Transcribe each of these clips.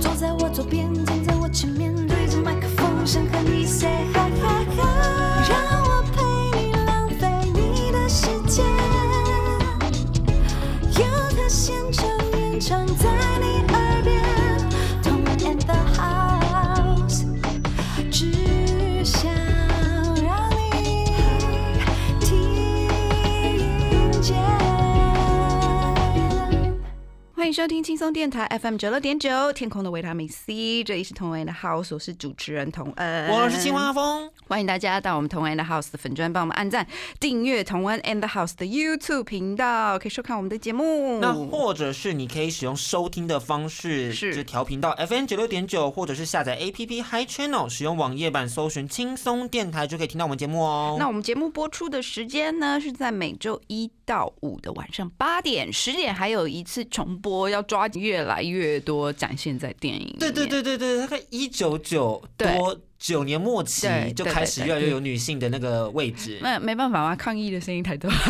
坐在我左边，站在我前面，对着麦克风，想和你 say hi hi hi，让我陪你浪费你的时间。有他现场演唱在你耳边，同安 and the house，只想让你听见。欢迎收听轻松电台 FM 九六点九，天空的维他命 C，这里是同恩的 House，我是主持人同恩，我是青嗯蛙风，欢迎大家到我们同恩的 House 的粉专帮我们按赞、订阅同恩 and the House 的 YouTube 频道，可以收看我们的节目。那或者是你可以使用收听的方式，哦是就调频到 FM 九六点九，或者是下载 APP Hi Channel，使用网页版搜寻轻松电台就可以听到我们节目哦。那我们节目播出的时间呢，是在每周一到五的晚上八点、十点，还有一次重播，要抓紧越来越多展现在电影。对对。对对对，大概一九九对多九年末期对就对开对始对嗯越来越有女性的那个位置。那没办法啊，抗议的声音太 多，大家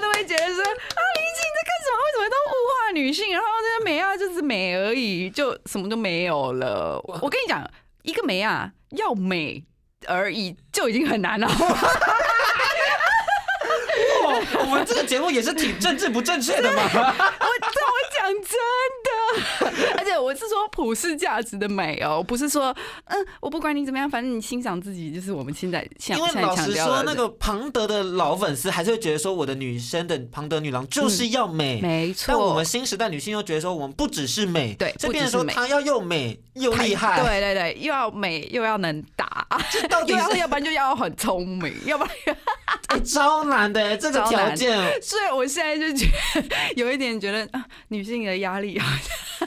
都会觉得说啊，林静在干什么？为什么都物化女性？然后这个美啊，就是美而已，就什么都没有了。我我跟你讲，一个美啊，要美而已就已经很 难了。哦，我们这个节目也是挺政治不正确的嘛。 我这我讲真的，而且我是说普世价值的美哦，不是说嗯，我不管你怎么样，反正你欣赏自己，就是我们现在现因为现在老强实调说，的那个庞德的老粉丝还是会觉得说，我的女生的庞德女郎嗯就是要美。没但我错们。新时代女性又觉得说，我们不只是美，对这不变只成说是美她要又美又厉害，对对对，又要美又要能打，这到底 又要是要不然就要很聪明，要不然，哎超 难的这个超条难件，所以我现在就觉得 有一点觉得啊，女性的压力啊，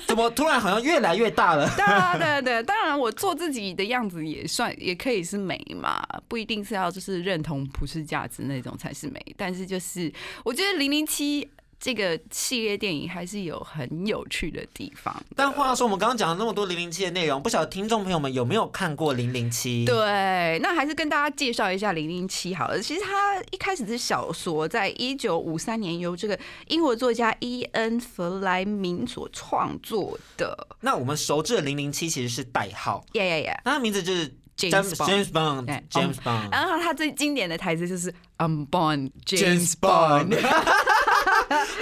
怎么突然好像越来越大了？ 当然对对对，当然我做自己的样子也算也可以是美嘛，不一定是要就是认同普世价值那种才是美，但是就是我觉得《零零七》这个系列电影还是有很有趣的地方。但话说，我们刚刚讲了那么多零零七的内容，不晓得听众朋友们有没有看过零零七？对，那还是跟大家介绍一下《零零七》好了。其实它一开始是小说，在一九五三年由这个英国作家伊恩·弗莱明所创作的。那我们熟知的零零七其实是代号，耶耶耶那它名字就是 James 哎哦 James Bond 对 James Bond。然后他最经典的台词就是 "I'm Bond, James James Bond"， Bond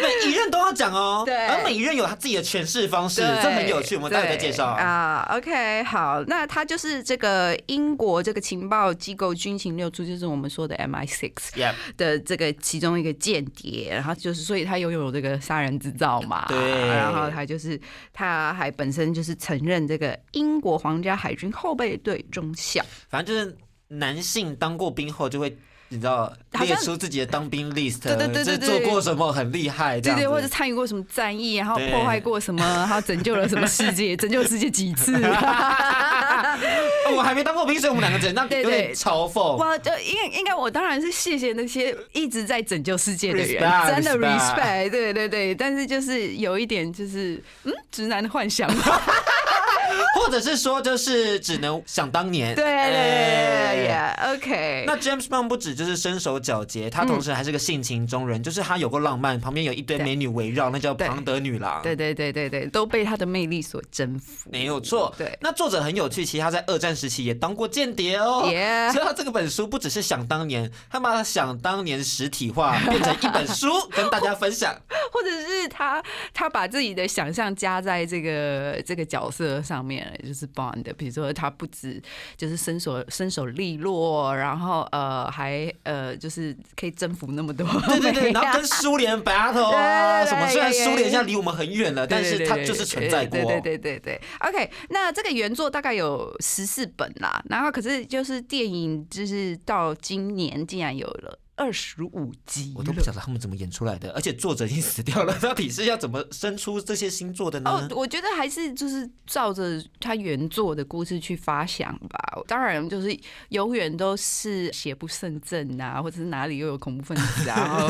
每一任都要讲哦，对而每一任有他自己的诠释方式，对这很有趣，我们待会再介绍。对啊。OK，好，那他就是这个英国这个情报机构军情六处，就是我们说的 MI6 Yep，的这个其中一个间谍，然后就是所以他拥有这个杀人执照嘛，对然后他就是他还本身就是曾任这个英国皇家海军后备队中校，反正就是男性当过兵后就会。你知道好像列出自己的当兵 list，对对对对这对做过什么很厉害这对样对，或者子。参与过什么战役，然后对破坏过什 么，然后拯救了什么世界，拯救世界几次。哦我还没当过兵，所以我们两个只能这样对有对点嘲讽。哇，就应应该我当然是谢谢那些一直在拯救世界的人 Respect，真的 respect respect，对对对，但是就是有一点就是嗯，直男的幻想， 或者是说，就是只能想当年。对对哎对对，OK，那 James Bond 不止就是身手矫捷，他同时还是个性情中人，就是他有过浪漫，旁边有一堆嗯对美女围绕，那叫对庞德女郎。对对对对对，都被他的魅力所征服，没有错。对那作者很有趣，其实他在二战时期也当过间谍哦。耶所以他这个本书不只是想当年，他把他想当年实体化，变成一本 书跟大家分享。 或者是他他把自己的想象加在这个这个角色上面了，就是 Bond。比如说他不止就是身手身手利落，然后呃还呃就是可以征服那么多对对对，美啊然 后跟苏联 battle 啊对对对什么，虽然有有有苏联现在离我们很远了，但是它就是存在过。对对对对对，OK，那这个原作大概有十四本啦，然后可是就是电影，就是到今年竟然有了二十五集我都不了晓得他们怎么演出来的，而且作者已经 死掉了，到底是要怎么生出这些星座的呢？哦，我觉得还是就是照着他原作的故事去发想吧。当然，就是永远都是邪不胜正啊，或者是哪里又有恐怖分子啊， 然后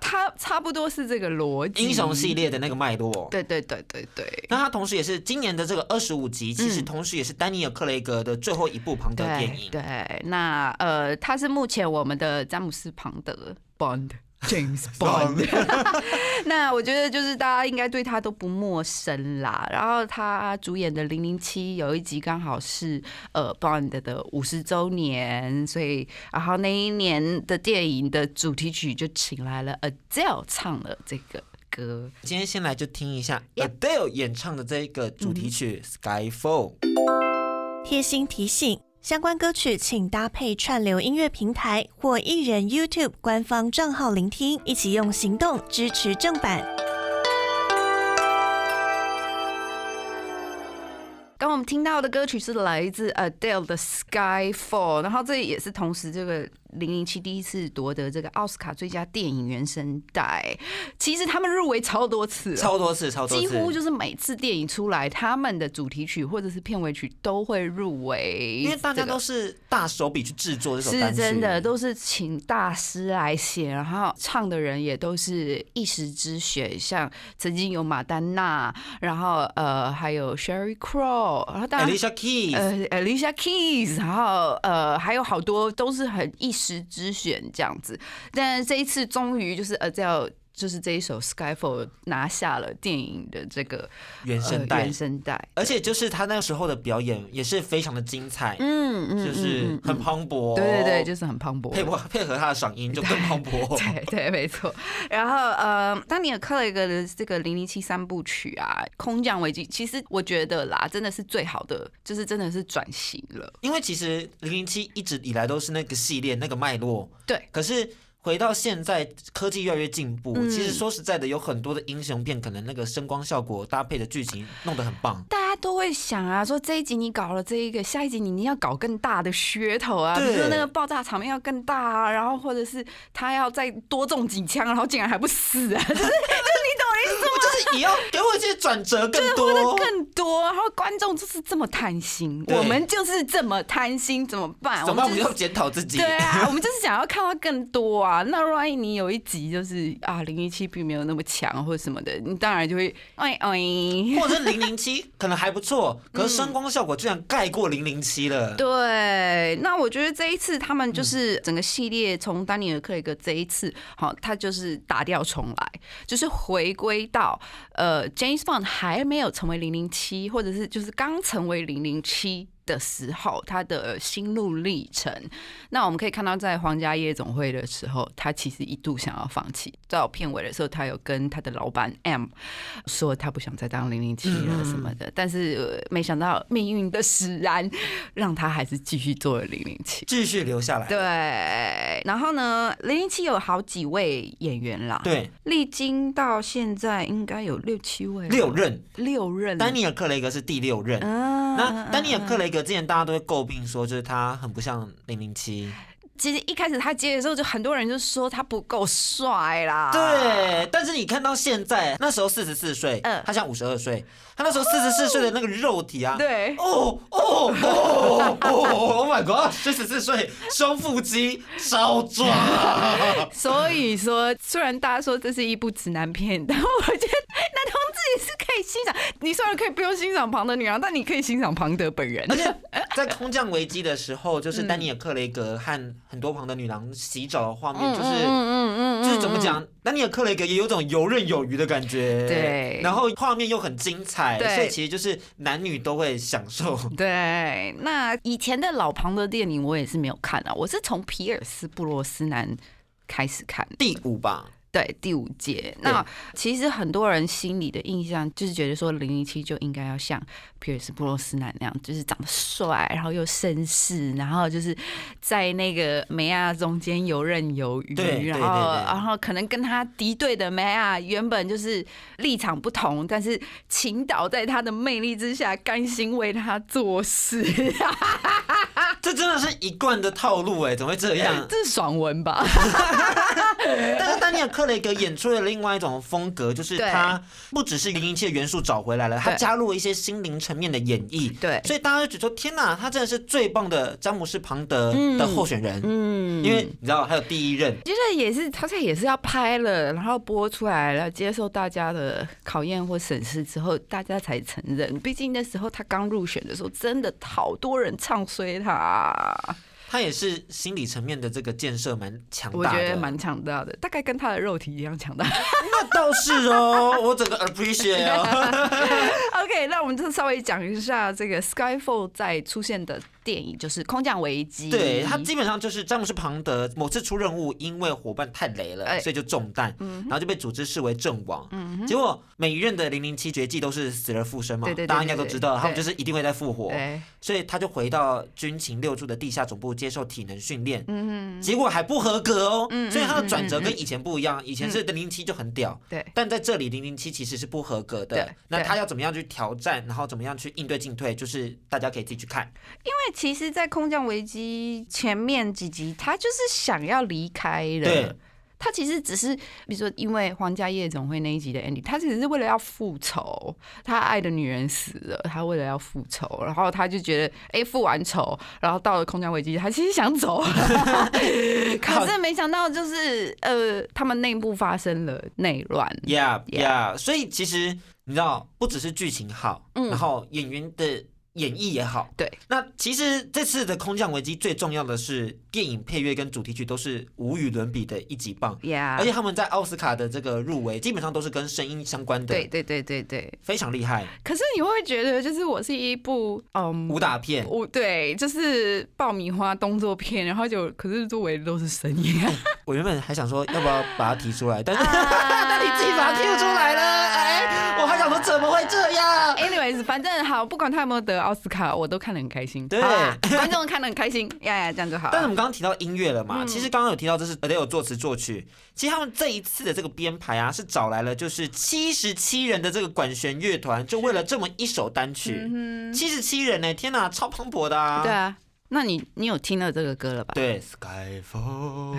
他差不多是这个逻辑。英雄系，列的那个脉络。对对对对对那它同时也是今年的这个二十五集，其实同时也是丹尼尔·克雷格的最后一部庞德电嗯对影。对。那呃，他是目前我们的詹姆斯·庞德 Bond。James Bond，那 我觉得就是大家应该对他都不陌生啦。然后他主演的《零零七》有一集刚好是呃 Bond 的五十周年，所以然后那一年的电影的主题曲就请来了 Adele 唱了这个歌。今天先来就听一下 Adele 演唱的这个主题嗯曲《Skyfall》。贴心提醒：相关歌曲请搭配串流音乐平台或艺人 YouTube 官方账号聆听，一起用行动支持正版。刚我们听到的歌曲是来自 Adele 的《Skyfall》，然后这也是同时这个《零零七》第一次夺得这个奥斯卡最佳电影原声带。其实他们入围超多次了，啊超多次，超多次，几乎就是每次电影出来，他们的主题曲或者是片尾曲都会入围，因为大家这个都是大手笔去制作这首单是曲，真的，都是请大师来写，然后唱的人也都是一时之选，像曾经有马丹娜，然后呃还有 Sherry Crow，然后大家 Alicia Keys、呃 Alicia Keys，然后呃还有好多都是很一时之选这样子，但这一次终于就是 Adele 就是这一首 Skyfall 拿下了电影的这个原声呃、带原，声带，而且就是他那时候的表演也是非常的精彩，嗯嗯，就是嗯哦嗯很磅礴，对对对，就是很磅礴，配合配合他的嗓音就更磅 礴。对对，没错。然后呃，当你有克雷格的这个《零零七》三部曲啊，《空降危机》，其实我觉得啦，真的是最好的，就是真的是转型了。因为其实零零七一直以来都是那个系列那个脉络，对。可是回到现在，科技越来越进步，嗯其实说实在的，有很多的英雄片可能那个声光效果搭配的剧情弄得很 棒。大家都会想啊，说这一集你搞了这一个，下一集你一定要搞更大的噱头啊，比对如说那个爆炸场面要更大啊，然后或者是他要再多中几枪，然后竟然还不死啊，就是我就是也要给我一些转折更多，更多，然后观众就是这么贪心，哦对我们就是这么贪心，怎么办？怎么办？我就们是要检讨自己。对 啊，我们就是想要看到更多啊。那万一你有一集就是啊，零一七并没有那么强或者什么的，你当然就会哎哎。或者零零七可能还不错，可是声光效果居然盖过零零七了。嗯对，那我觉得这一次他们就是整个系列从丹尼尔·克雷格这一次，好，他就是打掉重来，就是回归到呃，James Bond 还没有成为零零七，或者是就是刚成为零零七。的时候，他的心路历程，那我们可以看到，在皇家夜总会的时候，他其实一度想要放弃。到片尾的时候，他有跟他的老板 M 说他不想再当零零七了什么的，但是、呃没想到命运的使然，让他还是继续做了零零七。继续留下来。对，然后呢，零零七有好几位演员啦，，对历经到现在应该有六七位了，六任，六任了，丹尼尔·克雷格是第六任。啊，那丹尼尔·克雷格之前大家都会诟病说，就是他很不像零零七。其实一开始他接的时候，就很多人就说他不够帅啦，对，但是你看到现在，那时候四十四岁嗯，他像五十二岁，他那时候四十四岁的那个肉体啊，对哦哦哦哦 ，Oh my god，四十四岁，胸腹肌超壮， 所以说，虽然大家说这是一部直男片， 但我觉得男同志也是可以欣赏。你虽然可以不用欣赏庞德女郎，但你可以欣赏庞德本人而。且在空降危机的时候，就是嗯丹尼尔·克雷格和很多旁的女郎洗澡的画面，就是。嗯就是怎么？讲，丹尼尔·克雷格也有种游刃有余的感觉，对然后画面又很精彩，对所以其实就是男女都会享受。对，那以前的老庞德电影我也是没有看啊，我是从皮尔斯布洛斯南开始看的。第五吧，对第五届，那其实很多人心里的印象就是觉得说零零七就应该要像皮尔斯布洛斯南那样，就是长得帅，然后又绅士，然后就是在那个梅亚中间游刃有余，对对然对后对然后可能跟他敌对的梅亚原本就是立场不同，但是倾倒在他的魅力之下，甘心为他做事。这真的是一贯的套路哎，怎么会这 样？这是爽文吧？但是丹尼尔·克雷格演出了另外一种风格，就是对他不只是零零七的元素找回来了，他对加入了一些心灵层面的演绎。对所以大家就觉得说天哪，他真的是最棒的詹姆斯·庞德的候选人，嗯，因为你知道还有第一任。就是也是，他这也是要拍了，然后播出来了，接受大家的考验或审视之后，大家才承认。毕竟那时候他刚入选的时候，真的好多人唱衰他，他也是心理层面的这个建设蛮强我大觉得的，蛮强大的，大概跟他的肉体一样 强大。那倒是哦，我整个 appreciate 哦。 OK，那我们就稍微讲一下这个 Skyfall 在出现的电影，就是《空降危机》。对他基本上就是詹姆斯·庞德某次出任务，因为伙伴太雷了，哎嗯所以就中弹，然后就被组织视为阵亡。结果每一任的零零七绝技都是死而复生嘛对对，对大家应该都知道，对他们就是一定会再复活，对，所以他就回到军情六处的地下总部接受体能训练，嗯，结果还不合格哦。嗯所以他嗯的嗯转折嗯跟以前不一样，以前是零零七就很屌。对，但在这里，零零七其实是不合格的对。那对他要怎么样去挑战，然后怎么样去应对进退，就是大家可以自己去看。因为其实，在《空降危机》前面几集，他就是想要离开了。对，他其实只是，比如说，因为皇家夜总会那一集的 Andy，他其实是为了要复仇，他爱的女人死了，他为了要复仇，然后他就觉得，哎、复完仇，然后到了空降危机，他其实想走， 可是没想到就是，呃，他们内部发生了内乱。 Yeah, Yeah yeah. 所以其实你知道，不只是剧情好，嗯然后演员的演绎也好。对。那其实这次的空降危机最重要的是电影配乐跟主题曲都是无与伦比的一级棒，哎呀而且他们在奥斯卡的这个入围基本上都是跟声音相关的，对，对对对对。非常厉害。可是你会不会觉得，就是我是一部，嗯，武打片，我对，就是爆米花动作片，然后就可是周围的都是声音、我原本还想说要不要把它提出来，但是、啊 但你自己把它 Q 出来了，哎，我还想说怎么会这样？ Anyways，反正好，不管他有没有得奥斯卡，我都看得很开心。对好啦观众看得很开心，呀呀，这样就好但是我了。们刚刚提到音乐了嗯嘛，其实刚刚有提到这是 Adele 作词作曲，其实他们这一次的这个编排啊，是找来了就是七十七人的这个管弦乐团，就为了这么一首单曲，七十七人呢、天哪，超磅礴的嗯啊！对啊，那你你有听到这个歌了吧？对，Skyfall，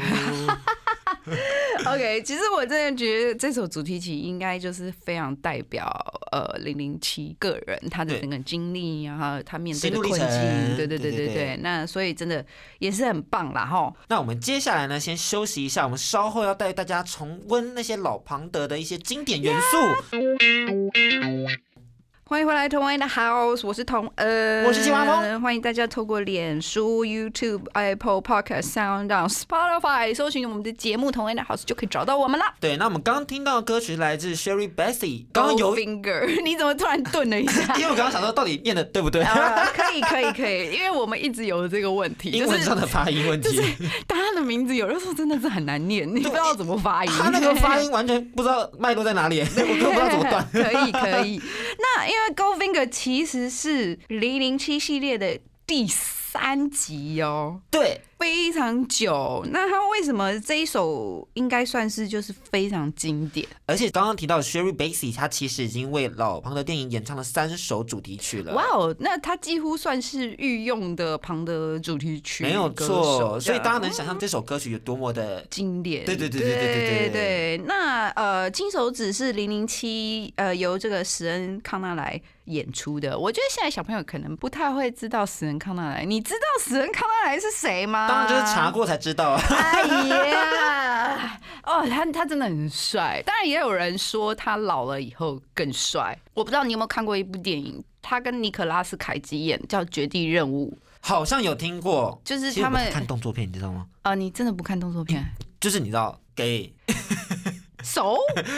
OK，其实我真的觉得这首主题曲应该就是非常代表呃零零七个人他的对整个经历，然后他面对心的路历困境，程对对对对对对对对。那所以真的也是很棒啦哈。 那我们接下来呢，先休息一下，我们稍后要带大家重温那些老庞德的一些经典元素。欢迎回来，同恩的 House，我是童恩，我是金华峰，欢迎大家透过脸书、YouTube、Apple Podcast、Sound On、Spotify 搜寻我们的节目《同恩的 House》，就可以找到我们了。对，那我们刚刚听到的歌曲来自 Sherry Bessie，刚刚有，因 finger，你怎 么突然顿了一 下？为我刚刚想说到底念的对不对，啊， 可以可以可以，因为我们一直有这个问题， 英就文是上的发音问题。大家的名字有的时候真的是很难念，你不知道怎么发音。。他那个发音完全不知道脉络在哪里，我都不知道怎么断 可以可以。那因为 Goldfinger 其实是零零七系列的第三集哦。对，非常久。那他为什么这一首应该算是就是非常经典？而且刚刚提到 Sherry Bassey，她其实已经为老庞的电影演唱了三首主题曲了。哇哦，那他几乎算是御用的庞德主题曲没有歌手错，所以大家这样能想象这首歌曲有多么的经典。对对对对对对对那呃，金手指是零零七，呃，由这个史恩康纳莱演出的。我觉得现在小朋友可能不太会知道史恩康纳莱，你知道史恩康纳莱是谁吗？当然就是查过才知道 啊。哎呀， 哦，他他真的很帅。当然也有人说他老了以后更帅。我不知道你有没有看过一部电影，他跟尼可拉斯凯奇演叫《绝地任务好像有听过》，，就是其实他我不们太看动作片，你知道吗？啊、你真的不看动作片？就是你知道给嗯熟？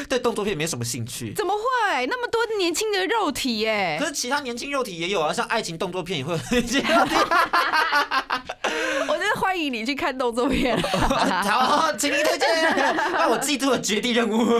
对动作片没什么兴趣，怎么会？那么多年轻的肉体耶、可是其他年轻肉体也有啊，像爱情动作片也会有 我真的欢迎你去看动作片。好，请您推荐。办我季度的绝地任务。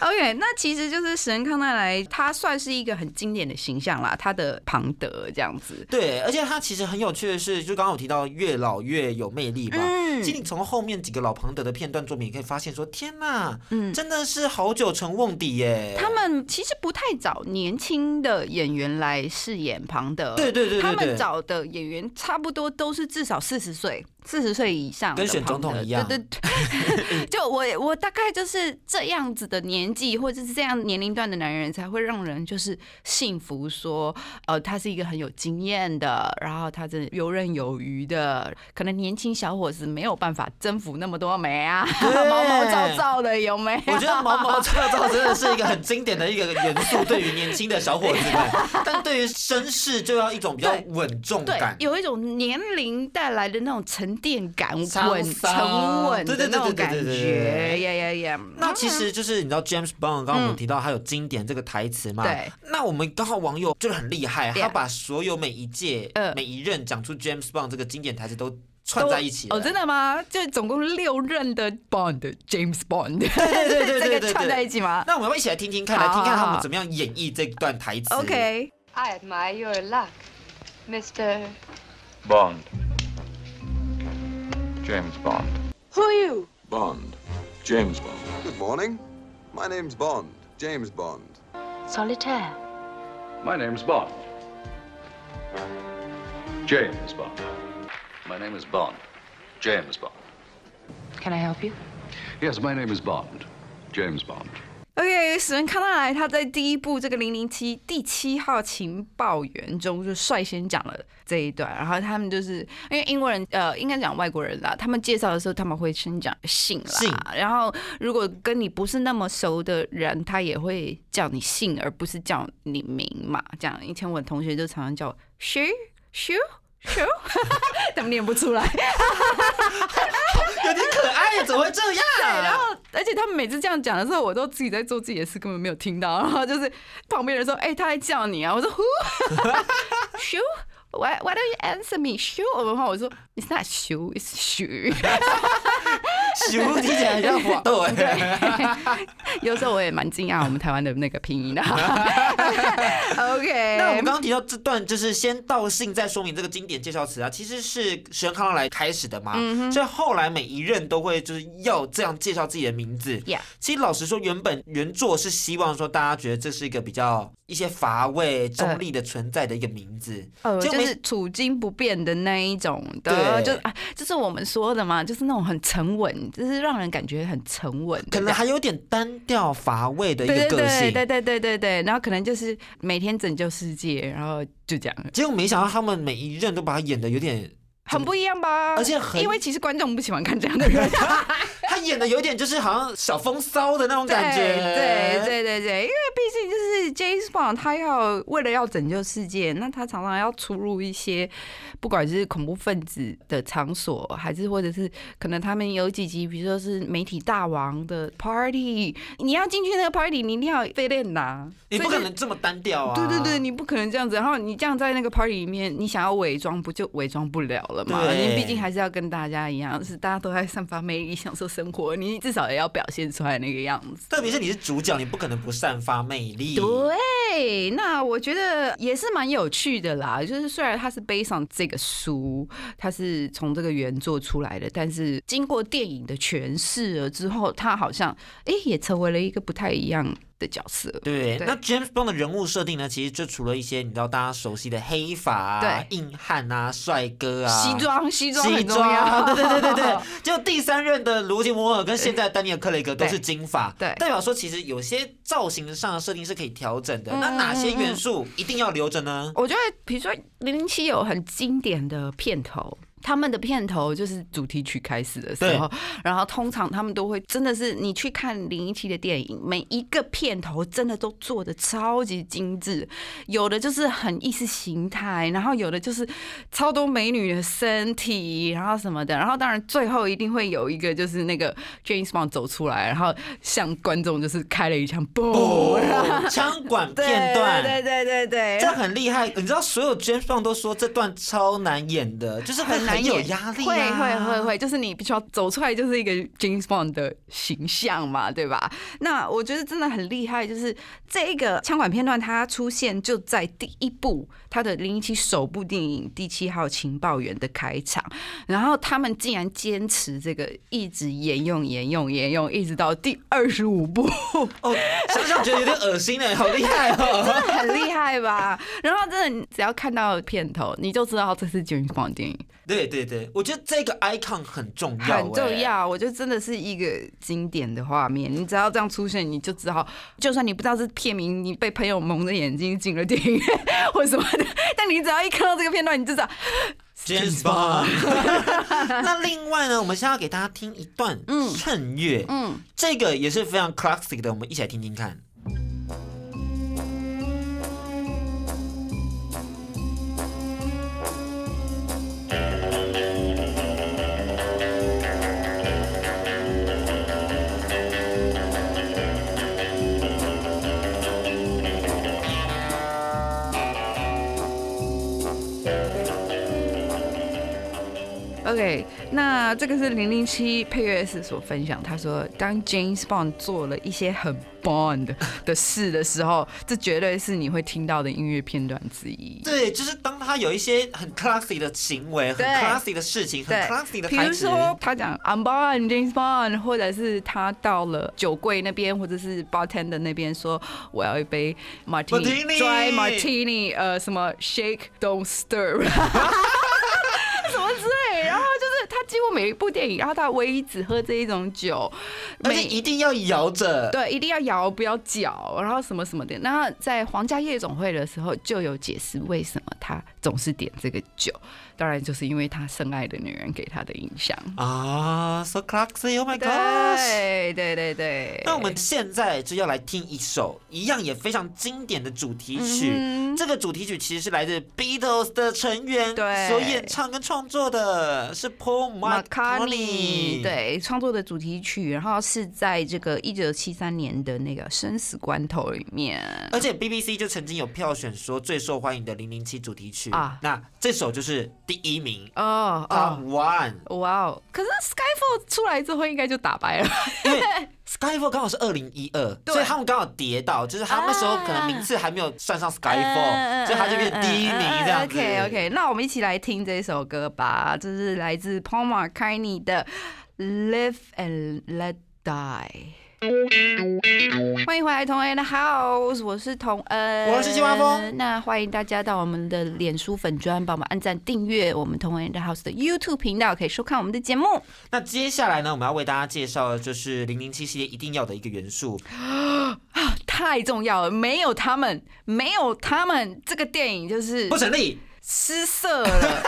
OK，那其实就是神康奈莱，他算是一个很经典的形象啦，他的庞德这样子。对，而且他其实很有趣的是，就刚刚我提到越老越有魅力嘛。嗯其实你从后面几个老庞德的片段作品，你可以发现说，天呐，真的是好久成瓮底耶。嗯他们其实不太找年轻的演员来饰演庞德，对对对对对他们找的演员差不多都是至少四十岁。四十岁以上的跟选总统庞德一样对对对， 就我我大概就是这样子的年纪，或者是这样年龄段的男人，才会让人就是幸福说，呃，他是一个很有经验的，然后他是游刃有余的，可能年轻小伙子没有办法征服那么多美啊， 对毛毛躁躁的有没有？ 我觉得毛毛躁躁真的是一个很经典的一个元素，对于年轻的小伙 子们，但对于绅士就要一种比较稳重对感，。有一种年龄带来的那种沉淀感、沧稳桑沉稳的对对对那种对对感对对觉，对呀呀呀！嗯那其实就是你知道 James Bond 刚刚我们提到他有经典这个台词嘛？对。那我们刚好网友就是很厉害， Yeah 他把所有每一届呃、每一任讲出 James Bond 这个经典台词都串都在一起了。哦，真的吗？就总共六任的 Bond James Bond，对对对 对对这对个对串在一起吗那我们要不要一起来听听看，好来听好看他好们怎么样演绎这段台词。 ？OK， I admire your luck, Mr. Bond. James Bond. Who are you? Bond. James Bond. Good morning. My name's Bond, James Bond. Solitaire. My name's Bond. James Bond. My name is Bond. James Bond. Can I help you? Yes, my name is Bond. James Bond. OK，史文康纳莱他在第一部这个零零七第七号情报员中就率先讲了这一段，然后他们就是因为英国人呃，应该讲外国人啦，他们介绍的时候他们会先讲姓啦，姓然后如果跟你不是那么熟的人，他也会叫你姓，而不是叫你名嘛。这样以前我同学就常常叫我 Shu Shu Shu，怎么念不出来？有点可爱，怎么会这 然样？ 后，而且他们每次这样讲的时候，我都自己在做自己的事，根本没有听到。然后就是旁边人说：“哎、他在叫你啊！”我说：“Who？Shu？” Why Why don't you answer me? Shu，然后我说 It's not Shu, it's Shu。喜屋听起来很像黄豆哎。 有时候我也蛮惊讶我们台湾的那个拼音的。OK， 那我们刚刚提到这段，就是先道姓再说明这个经典介绍词啊，其实是史文康来开始的嘛，嗯所以后来每一任都会就是要这样介绍自己的名字。 Yeah 其实老实说，原本原作是希望说大家觉得这是一个比较一些乏味、中立的存在的一个名字，呃，结就果没是处境不变的那一种的，对就啊，就是我们说的嘛，就是那种很沉稳，就是让人感觉很沉稳的可这能样。还有点单调乏味的一对个对个性。对对对对对对，然后可能就是每天拯救世界，然后就这样，结果没想到他们每一任都把他演的有点，很不一样吧？而且很因为其实观众不喜欢看这样的 人，他演的有点就是好像小风骚的那种对感觉。对对对对，因为毕竟就是 James Bond，他要为了要拯救世界，那他常常要出入一些不管是恐怖分子的场所，还是或者是可能他们有几集，比如说是媒体大王的 party，你要进去那个 party，你一定要飞链拿，你不所以可就能这么单调啊！对对对，你不可能这样子，然后你这样在那个 party 里面，你想要伪装，不就伪装不了了嘛？对你毕竟还是要跟大家一样，是大家都在散发魅力、享受生活，你至少也要表现出来那个样子。特别是你是主角，你不可能不散发魅力。对，那我觉得也是蛮有趣的啦。就是虽然它是悲伤这个书，它是从这个原作出来的，但是经过电影的诠释了之后，它好像哎、诶也成为了一个不太一样的角色。对对那 James Bond 的人物设定呢？其实就除了一些你知道大家熟悉的黑发、啊、对硬汉啊、帅哥啊、西装，西装西很重装，要。 对对对对 对。就第三任的罗杰摩尔跟现在的丹尼尔克雷格都是金发，对对代表说其实有些造型上的设定是可以调整嗯的。那哪些元素一定要留着 呢？我觉得，比如说《零零七》有很经典的片头。他们的片头就是主题曲开始的时候，然后通常他们都会真的是你去看《零零七》的电影，每一个片头真的都做的超级精致，有的就是很意识形态，然后有的就是超多美女的身体，然后什么的，然后当然最后一定会有一个就是那个 James Bond 走出来，然后向观众就是开了一枪，嘣，哦，枪管对片段，对对对对对， 这很厉害，你知道所有 James Bond 都说这段超难演的，就是会很很难很演有压力会啊会会会，就是你必须要走出来，就是一个 James Bond 的形象嘛，对吧？那我觉得真的很厉害，就是这一个枪管片段，它出现就在第一部他的零零七首部电影《第七号情报员》的开场，然后他们竟然坚持这个一直沿用沿用沿用，一直到第二十五部。哦，想想觉得有点恶心 欸呢，好厉害哦！很厉害吧？ 然后真的，你只要看到片头，你就知道这是 James Bond 电影，对对对，我觉得这个 icon 很重要，欸很重。要。我觉得真的是一个经典的画面，你只要这样出现，你就知道，就算你不知道是片名，你被朋友蒙着眼睛进了电影院 或什么的，但你只要一看到这个片段，你就知道 James Bond。那 嗯另外呢，我们现在要给大家听一段衬乐，嗯，这个也是非常 classic 的，我们一起来听听看。 OK，那这个是零零七配乐师所分享，他说当 James Bond 做了一些很 Bond 的事的时候，这绝对是你会听到的音乐片段之一。对，就是当他有一些很 classy 的行为、很对 classy 的事情、很 classy 的比台如词，说他讲 I'm Bond James Bond，或者是他到了酒柜那边，或者是 bartender 那边说我要一杯 martini Martini dry martini，呃，什么 shake don't stir，什么之类。然后就是他几乎每一部电影，然后他唯一只喝这一种酒，而每且一定要摇着。对，一定要摇，不要搅，然后什么什么的。那在皇家夜总会的时候，就有解释为什么他总是点这个酒，当然就是因为他深爱的女人给他的影响。啊、s o classy，Oh my gosh！对对对对。那我们现在就要来听一首一样也非常经典的主题曲。嗯这个主题曲其实是来自 Beatles 的成员对所演唱跟创作的，是 Paul m c c a r t n McCartney。 e 对创作的主题曲，然后是在这个一九七三年的那个生死关头里面。而且 BBC 就曾经有票选说最受欢迎的零零七主题曲啊那这首就是第一名哦，Top 哦， One。哇哦！可是 Skyfall 出来之后应该就打白了。因为 Skyfall 刚好是二零一二，所以他们刚好跌到，就是他们那时候可能名次还没有算嗯上 Skyfall，、所以他就变第一名这样子。 OK OK，那我们一起来听这首歌吧，这是来自 Paul McCartney 的《Live and Let Die》。欢迎回来，同恩的 House，我是同恩，我是金华峰。那欢迎大家到我们的脸书粉专，帮我们按赞、订阅我们同恩的 House 的 YouTube 频道，可以收看我们的节目。那接下来呢，我们要为大家介绍的就是零零七系列一定要的一个元素，太重要了，没有他们，没有他们，这个电影就是不成立，失色了。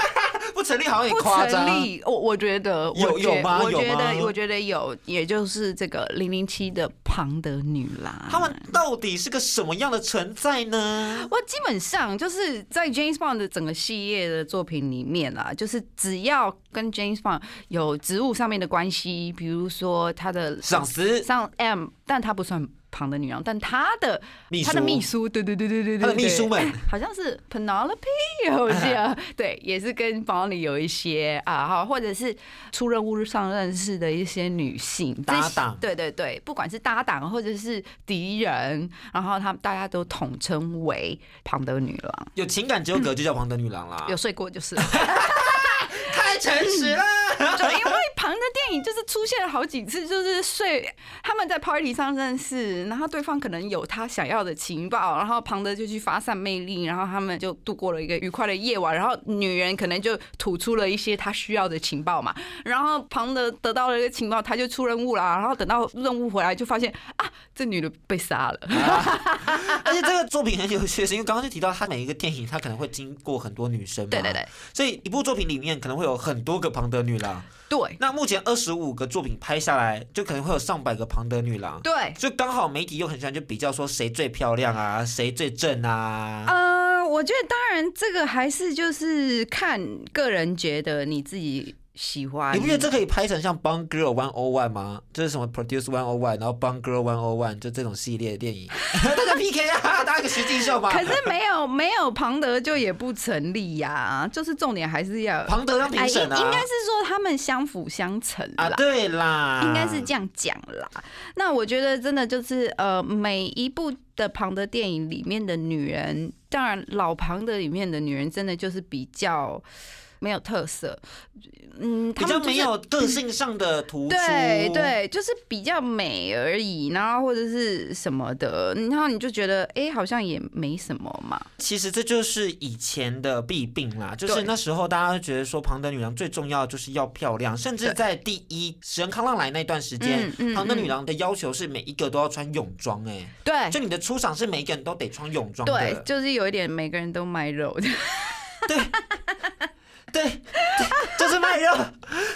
不成立好像也不夸成张。立，我我觉得我有觉有吗我有觉吗得我觉得有，也就是这个零零七的庞德女郎。他们到底是个什么样的存在呢？我基本上就是在 James Bond 的整个系列的作品里面啦，就是只要跟 James Bond 有职务上面的关系，比如说他的上司上 M，但他不算庞德女郎，但他的秘书他的秘书，对对对对对对，他的秘书们对好像是 Penelope，我记啊得，对，也是跟 Bonnie 有一些啊，好，或者是出任务上认识的一些女性这搭些档对对对，不管是搭档或者是敌人，然后他们大家都统称为庞德女郎，有情感纠葛就叫庞德女郎啦，有睡过就是了。太诚实 了。就因为庞的电影就是出现了好几次，就是睡他们在 party 上认识，然后对方可能有他想要的情报，然后庞德就去发散魅力，然后他们就度过了一个愉快的夜晚，然后女人可能就吐出了一些她需要的情报嘛，然后庞德得到了一个情报，他就出任务啦，然后等到任务回来就发现啊，这女的被杀了，而且这个作品很有趣，是因为刚刚就提到，他每一个电影他可能会经过很多女生嘛，对对 对，所以一部作品里面可能会有很多个庞德女郎。对那目前二十五个作品拍下来，就可能会有上百个庞德女郎。对，就刚好媒体又很喜欢就比较说谁最漂亮啊，谁最正啊。呃，我觉得当然这个还是就是看个人觉得你自己喜欢。你不觉得这可以拍成像《Bang Girl One O One》吗？就是什么 Produce One O One，然后《Bang Girl One O One》就这种系列的电影， 大家 PK 啊，大家个实际秀嘛。可是没有没有庞德就也不成立呀、就是重点还是要庞德当评审啊哎应应该是说他们相辅相成啦。啊，对啦，应该是这样讲啦。那我觉得真的就是呃，每一部的庞德电影里面的女人，当然老庞德里面的女人真的就是比较没有特色，嗯，比他较们就是没有个性上的突出。对对，就是比较美而已，然后或者是什么的，然后你就觉得哎、诶好像也没什么嘛。其实这就是以前的弊病啦，就是对那时候大家都觉得说庞德女郎最重要就是要漂亮，甚至对在第一史人康浪来那段时间嗯，嗯庞德嗯女郎的要求是每一个都要穿泳装，哎，对就你的出场是每一个人都得穿泳装对的，，就是有一点每个人都卖肉的，对，对就是卖肉。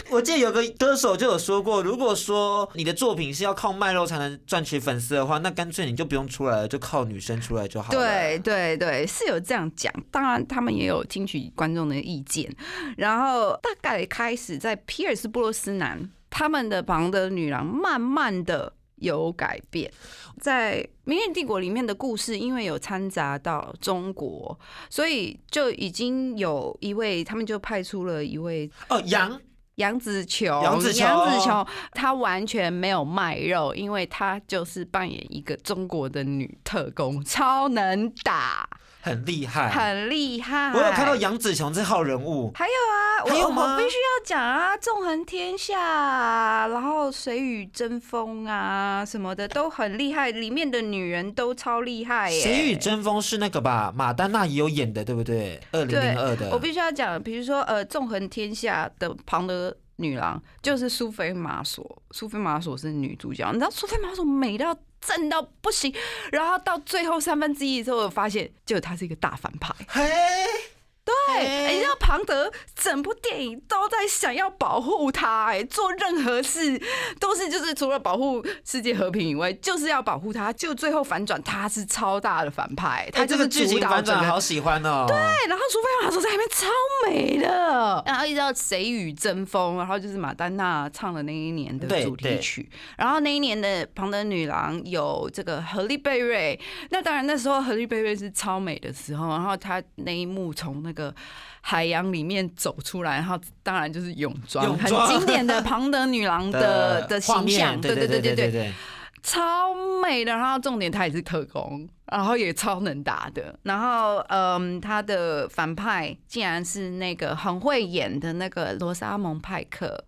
我记得有个歌手就有说过，如果说你的作品是要靠卖肉才能赚取粉丝的话，那干脆你就不用出来了，就靠女生出来就好了。对对对，是有这样讲。当然，他们也有听取观众的意见。然后大概开始在皮尔斯布洛斯南他们的庞德女郎慢慢的有改变。在《明日帝国》里面的故事，因为有掺杂到中国，所以就已经有一位，他们就派出了一位哦，羊杨紫琼，杨紫琼杨紫琼，她完全没有卖肉，因为她就是扮演一个中国的女特工，超能打，很厉害，很厉害。我有看到。杨紫琼这号人物，还有啊，还我有吗我必须要讲啊，纵横天下啊，然后水与争锋啊什么的都很厉害，里面的女人都超厉害耶。 《谁与争锋》是那个吧？马丹娜也有演的，对不对？二零对零二的，我必须要讲，比如说呃，纵横天下的庞德女郎就是苏菲玛索，苏菲玛索是女主角，你知道苏菲玛索美到正到不行，然后到最后三分之一的时候，我发现就她是一个大反 派。嘿，对，哎哎你知道庞德整部电影都在想要保护她，哎，做任何事都是就是除了保护世界和平以外，就是要保护她，就最后反转她是超大的反派，她哎，这就个是剧主情导反整转个好喜欢哦。对，然后苏菲玛索在那边超美的，然后一直到《谁与争锋》，然后就是马丹娜唱的那一年的对主题曲，然后那一年的《庞德女郎》有这个何丽贝瑞，那当然那时候何丽贝瑞是超美的时候，然后她那一幕从那个海洋里面走出来，然后当然就是泳装，泳很装经典的庞德女 郎的的画形面象，对对对对对。对对。超美的，然后重点她也是特工，然后也超能打的，然后嗯，她的反派竟然是那个很会演的那个罗莎蒙派克。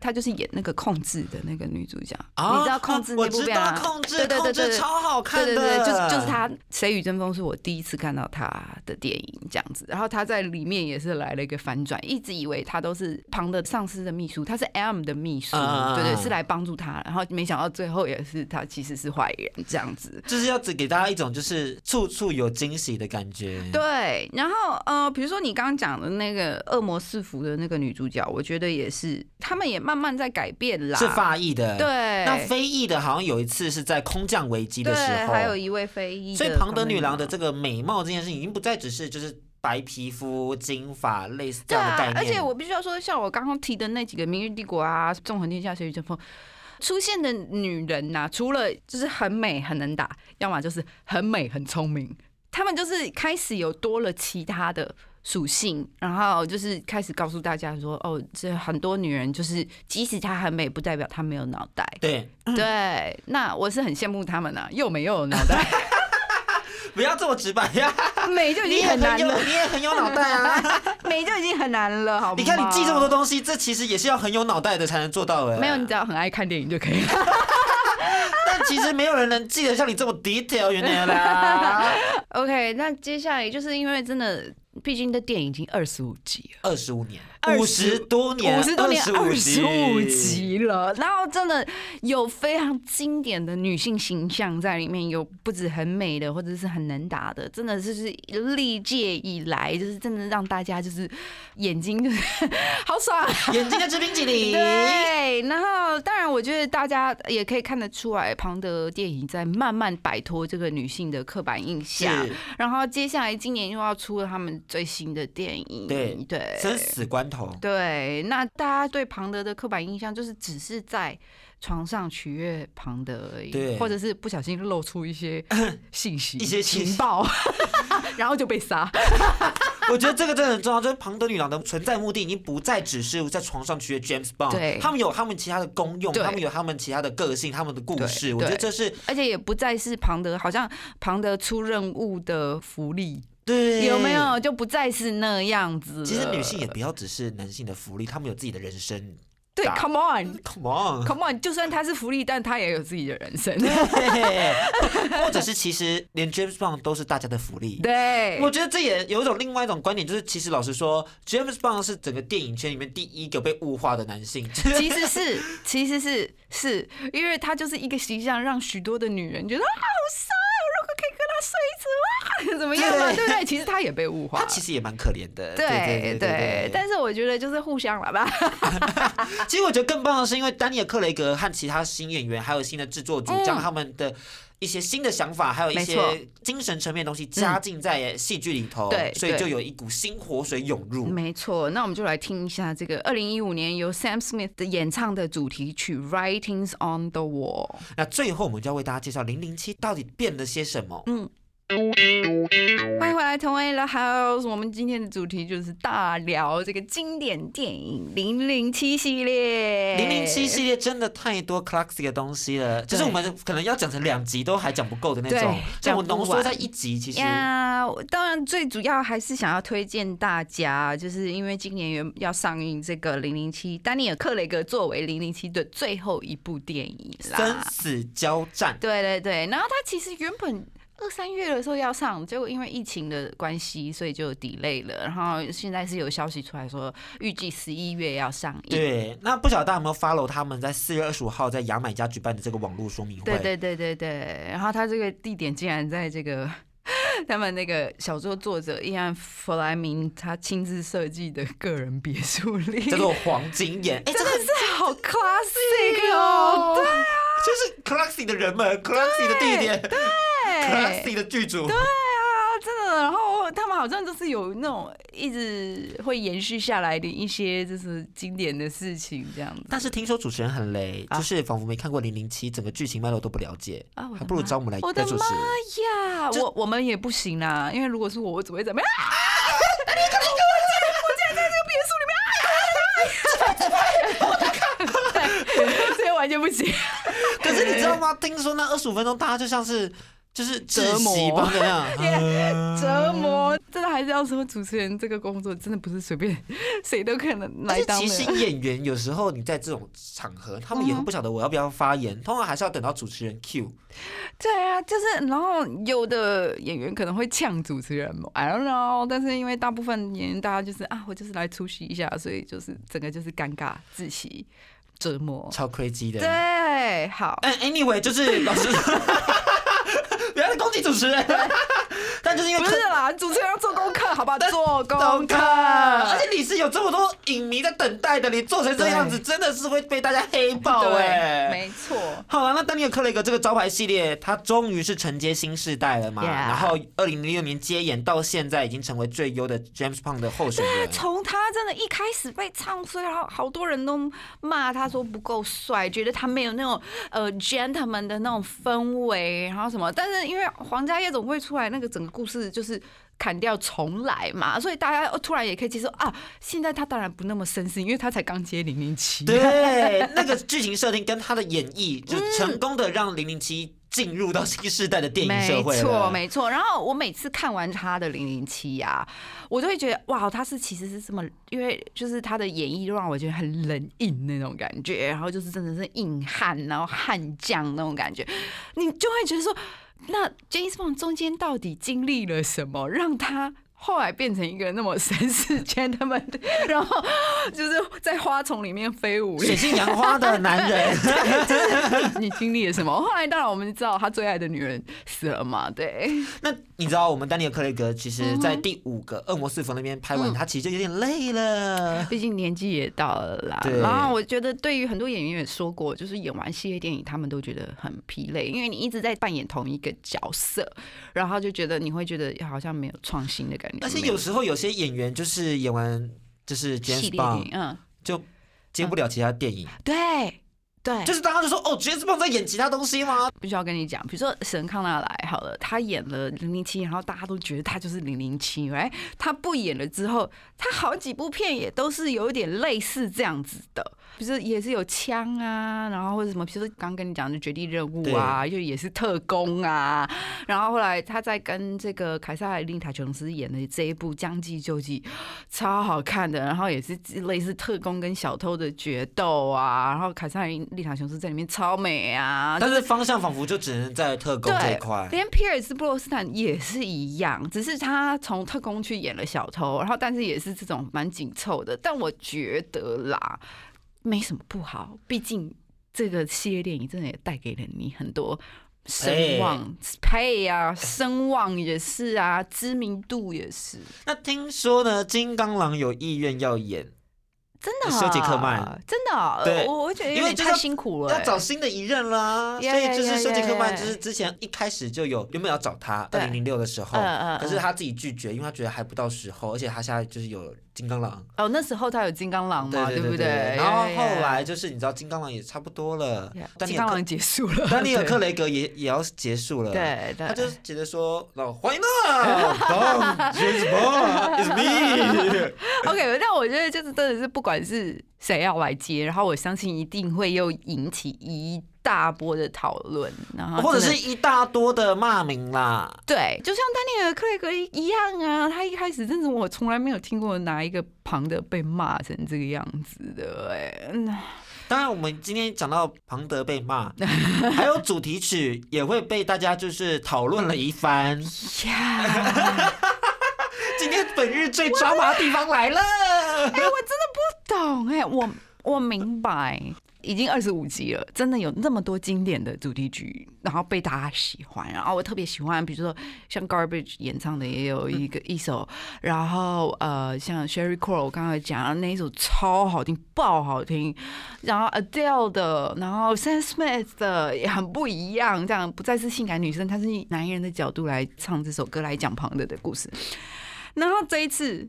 她就是演那个控制的那个女主角，啊你知道控制那部片我吗知？道控制对对对对，控制对超好看对的对对，就是就是她，《谁与争锋》是我第一次看到她的电影这样子，然后她在里面也是来了一个反转，一直以为她都是庞德上司的秘书，她是 M 的秘书，啊啊啊对对，是来帮助他，然后没想到最后也是她其实是坏人这样子。就是要只给大家一种就是处处有惊喜的感觉。对，然后呃，比如说你刚刚讲的那个恶魔四伏的那个女主角，我觉得也是，他们也慢慢在改变啦。是法裔的。对，那非裔的好像有一次是在空降危机的对，时候，还有一位非裔的旁所边以嘛，庞德女郎的这个美貌这件事情已经不再只是就是白皮肤、金发类似这对样的概啊念。，而且我必须要说，像我刚刚提的那几个《明日帝国》啊，《纵横天下》《谁与争锋》。出现的女人呐、啊除了就是很美很能打，要么就是很美很聪明，她们就是开始有多了其他的属性，然后就是开始告诉大家说，哦，这很多女人就是即使她很美，不代表她没有脑袋。对， 对，那我是很羡慕她们啊，又美又有脑 袋， 不要这么直白呀、美就已你也经很很难有，了，你也很有 脑袋啊。美就已经很难了，好吗？你看你记这么多东西，这其实也是要很有脑袋的才能做到的。没有，你只要很爱看电影就可以了。但其实没有人能记得像你这么 detail，原来啦。 OK，那接下来就是因为真的，毕竟这电影已经二十五集了。二十五年， 20五十多年，五十多年，二十五25集了，然后真的有非常经典的女性形象在里面，有不止很美的，或者是很能打的，真的就是历届以来，就是真的让大家就是眼睛 就是好爽、啊。眼睛在吃冰淇 淋。对，然后当然，我觉得大家也可以看得出来，庞德电影在慢慢摆脱这个女性的刻板印象是。然后接下来今年又要出了他们最新的电影，对对，生死关头，对，那大家对庞德的刻板印象就是只是在床上取悦庞德而已，对或者是不小心露出一 些信息、一些信息情报， 然后就被杀。我觉得这个真的很重要。就是庞德女郎的存在目的已经不再只是在床上取悦 James Bond，对他们有他们其他的功用，对他们有他们其他的个性，他们的故事。对我觉得对这是而且也不再是庞德，好像庞德出任务的福利对有没？有就不再是那样子了。其实女性也不要只是男性的福利，他们有自己的人生。对打，Come on。 Come on， Come on，就算她是福利，但她也有自己的人生。啊对 或者是其实连 James Bond 都是大家的福利。 对，我觉得这也有一种另外一种观点，就是其实老实说，James Bond 是整个电影圈里面第一个被物化的男性。 其实是，其实是是因为他就是一个形象，让许多的女人觉得啊，好帅哦！如果可以跟他睡一次哇，怎么样嘛，对对不对？其实他也被物化他。其实也蛮可怜的，对对对。但是我觉得就是互相了吧。其实我觉得更棒的是，因为丹尼尔·克雷格和其他新演员，还有新的制作组，嗯将他们的一些新的想法，还有一没错嗯些精神层面的东西加进在戏剧里头，对所以对就有一股新活水涌入。没错，那我们就来听一下这个二零一五年由 Sam Smith 的演唱的主题曲《Writings on the Wall》。那最后，我们就要为大家介绍《零零七》到底变了些什么。欢迎回来，同为了 House。我们今天的主题就是大聊这个经典电影《零零七》系列。零零七系列真的太多 classic 的东西了，就是对我们可能要讲成两集都还讲不够的那种对，这我讲浓不缩完在一集，其实呀我当然最主要还是想要推荐大家，就是因为今年原要上映这个《零零七》，丹尼尔·克雷格作为《零零七》的最后一部电影生啦。死交战。对对对，然后他其实原本。二三月的时候要上，结果因为疫情的关系，所以就 delay 了。然后现在是有消息出来说，预计十一月要上映。对，那不晓得大家有没有 follow 他们在四月二十五号在牙买加举办的这个网络说明会？对对对对对，然后他这个地点竟然在这个 他们那个小说作者伊安·弗莱明他亲自设计的个人别墅里，叫 真做黄金眼，哎、这个的是好 classic 哦，对就是 classy 的人们，classy 的地点，classy 的剧组，啊，真的。然后他们好像就是有那种一直会延续下来的一些就是经典的事情这样子但是听说主持人很雷，就是仿佛没看过《零零七》，整个剧情脉络都不了解，啊，我的还不如妈找我们来我来的主妈持。呀，就我我们也不行啦，因为如果是我，我只会怎么样？啊我竟然我竟然在这个别墅里面啊！对，所以完全不行。可是你知道吗？听说那二十五分钟，大家就像是就是折磨窒息般的 那样。折磨，真的还是要说主持人这个工作真的不是随便谁都可能而来且当其实的。演员有时候你在这种场合，他们也会不晓得我要不要发言，通常还是要等到主持人 Q。对啊，就是然后有的演员可能会呛主持人嘛，I don't know。但是因为大部分演员大家就是啊，我就是来出席一下，所以就是整个就是尴尬、窒息、折磨。超 crazy 的。对，哎好，嗯，anyway，就是老师， 不要再攻击主 持人。但就是因为不可是啦，主持人要做功课，好吧？做功课，而且你是有这么多影迷在等待的，你做成这样子，真的是会被大家黑爆哎、欸对，没错。好了，那丹尼尔·克雷格这个招牌系列，它终于是承接新世代了嘛 Yeah 然后二零零六年接演到现在，已经成为最优的 James Bond 的候选人。 从他真的一开始被唱衰，然后好多人都骂他说不够帅，觉得他没有那种呃 gentleman 的那种氛围，然后什么。但是因为皇家夜总会出来，那个整个故事就是。砍掉重来嘛，所以大家突然也可以接受啊。现在他当然不那么绅士，因为他才刚接零零七。对，那个剧情设定跟他的演绎，就成功的让零零七进入到新世代的电影社会没了错，没错。然后我每次看完他的《零零七》呀，我都会觉得哇，他是其实是这么，因为就是他的演绎就让我觉得很冷硬那种感觉，然后就是真的是硬汉，然后悍将那种感觉，你就会觉得说，那 James Bond 中间到底经历了什么，让他？后来变成一个那么绅士 gentleman，的然后就是在花丛里面飞舞，水性杨花的 男人，你经历了什么？后来当然我们知道他最爱的女人死了嘛，对。那你知道我们丹尼尔·克雷格其实，在第五个《恶魔四伏》那边拍嗯完，他其实就有点累了。 毕竟年纪也到了啦对。然后我觉得，对于很多演员也说过，就是演完系列电影，他们都觉得很疲累，因为你一直在扮演同一个角色，然后就觉得你会觉得好像没有创新的感感觉。而且有时候有些演员就是演完就是系 James 列电影 Bond 嗯，就接不了其他电影，对对，就是大家就说哦，James Bond 在演其他东西吗？必须要跟你讲，比如说沈康纳来好了，他演了零零七，然后大家都觉得他就是零零七，哎，他不演了之后，他好几部片也都是有一点类似这样子的，比如说也是有枪啊，然后或者什么，比如说刚跟你讲的《绝地任务》啊，就也是特工啊，然后后来他在跟这个凯撒琳塔琼斯演的这一部《将计就计》，超好看的，然后也是类似特工跟小偷的决斗啊，然后凯撒琳塔琼斯在里面超美啊，但是方向仿佛就只能在特工这一块。连皮尔斯布洛斯坦也是一样，只是他从特工去演了小偷，然后但是也是这种蛮紧凑的。但我觉得啦，没什么不好，毕竟这个系列电影真的也带给了你很多。哎声望配啊，声望也是啊，知名度也是，那听说呢，金刚狼有意愿要演，真的、啊。休杰克曼，真的、啊，对我我觉得有因为点就太是辛苦了、要找欸。新的一任啦。 Yeah, 所以就是 yeah, 休杰克曼， yeah, 就是之前一开始就有原本要找他，对二零零六的时候嗯嗯，可是他自己拒绝，因为他觉得还不到时候，而且他现在就是有金刚狼，哦，那时候他有金刚狼嗯嘛，对不对。然后呀呀后来就是你知道金刚狼也差不多了呀，丹金尼刚尔克狼结束了，丹尼尔克雷，雷格也也要结束了，。对对，他就觉得说，老 欢迎啊，Don James Bond is me。 OK，但我觉得就是真的是不管是谁要来接，然后我相信一定会又引起一大波的讨论，然后或者真是的一大多的骂名啦。对，就像丹尼尔·克雷格一样啊，他一开始真的我从来没有听过哪一个旁的被骂成这个样子的、哎，嗯当然，我们今天讲到庞德被 骂，还有主题曲也会被大家就是讨论了一番。呀，今天本日最抓马的地方来 了，懂哎、我我明白。已经二十五集了，真的有那么多经典的主题曲，然后被大家喜欢。然后我特别喜欢，比如说像 Garbage 演唱的也有一个、一首，然后呃像 Sherry Cole 我刚才讲的那一首超好听，爆好听。然后 Adele 的，然后 Sam Smith 的也很不一样，这样不再是性感女生，她是以男人的角度来唱这首歌，来讲庞德的故事。然后这一次，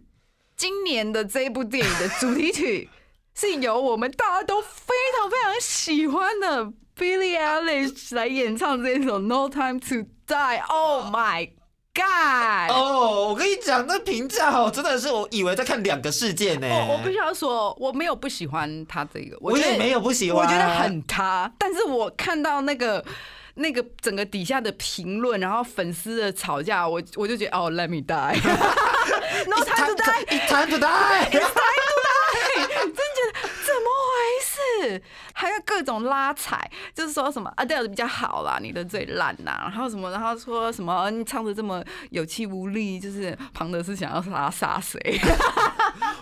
今年的这一部电影的主题 曲是由我们大家都非常非常喜欢的 Billie Eilish 来演唱这首《No Time to Die》。Oh my God！哦，我跟你讲，那评价哦，真的是我以为在看两个世界呢。哦我我必须要说，我没有不喜欢他这个，哎我觉得也没有不喜欢啊我觉得很他，但是我看到那个。那个整个底下的评论，然后粉丝的吵架，我我就觉得哦，Let me die，No time to die，一谈不带。 真觉得怎么回事？还有各种拉踩，就是说什么 Adele 的比较好啦，你的最烂呐、然后什么，然后说什么你唱的这么有气无力，就是庞德是想要杀杀谁？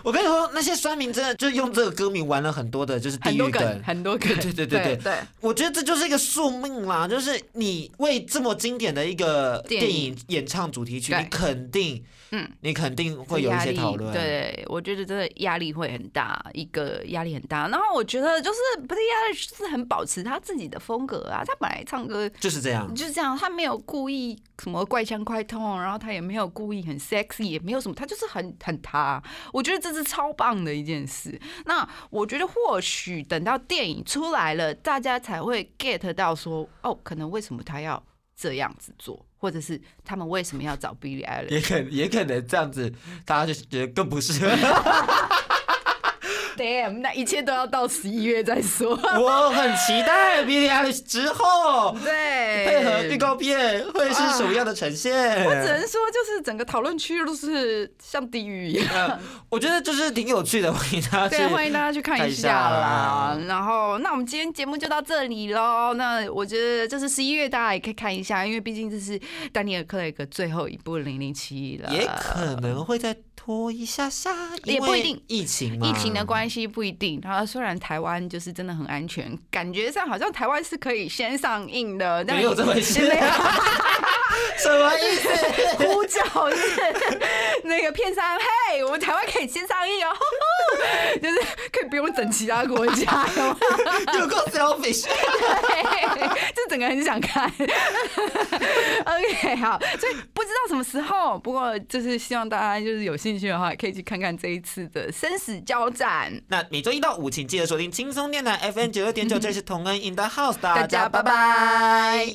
我跟你说，那些酸民真的就用这个歌名玩了 很多的，就是地很多狱梗， 很多梗，对对对对哎对对我觉得这就是一个宿命啦，就是你为这么经典的一个电影电影演唱主题曲，对你肯定，嗯，你肯定会有一压些力，讨论。，对，我觉得真的压力会很大，一个压力很大。然后我觉得就是不是压力是很保持他自己的风格啊，他本来唱歌就是这样。就是这样，他没有故意什么怪腔怪痛，然后他也没有故意很 sexy，也没有什么，他就是很很他。我觉得这是超棒的一件事。那我觉得或许等到电影出来了，大家才会 get 到说，哦，可能为什么他要这样子做，或者是他们为什么要找 Billie Eilish。也可也可能这样子，大家就觉得更不适合。 Damn，那一切都要到十一月再说。我很期待 b i l l i Eilish 之后对， 配合预。告片会是什么样的呈现。只能说，就是整个讨论区都是像地狱一样。呃我觉得就是挺有趣的，欢迎大家对，去欢迎大家去看看一一下下啦啦。然后，那我们今天节目就到这里喽。那我觉得就是十一月大家也可以看一下，因为毕竟这是丹尼尔·克雷格最后一部《零零七》了。也可能会再拖一下下，也因不一为定疫情嘛，疫情的关系不一定。然后虽然台湾就是真的很安全，感觉上好像台湾是可以先上映的，但 没有这回事没有什么意 思？呼叫是那个片商，嘿，我们台湾可以先上映哦， 就是可以不用整其他国家了。有够 selfish。对，就整个很想看。OK，好，所以不知道什么时候，不过就是希望大家就是有兴趣的话，可以去看看这一次的生死交战。那每周一到五，请记得收听轻松电台 FM 九六点九，这里是同恩 In the House，大大家家拜拜拜拜。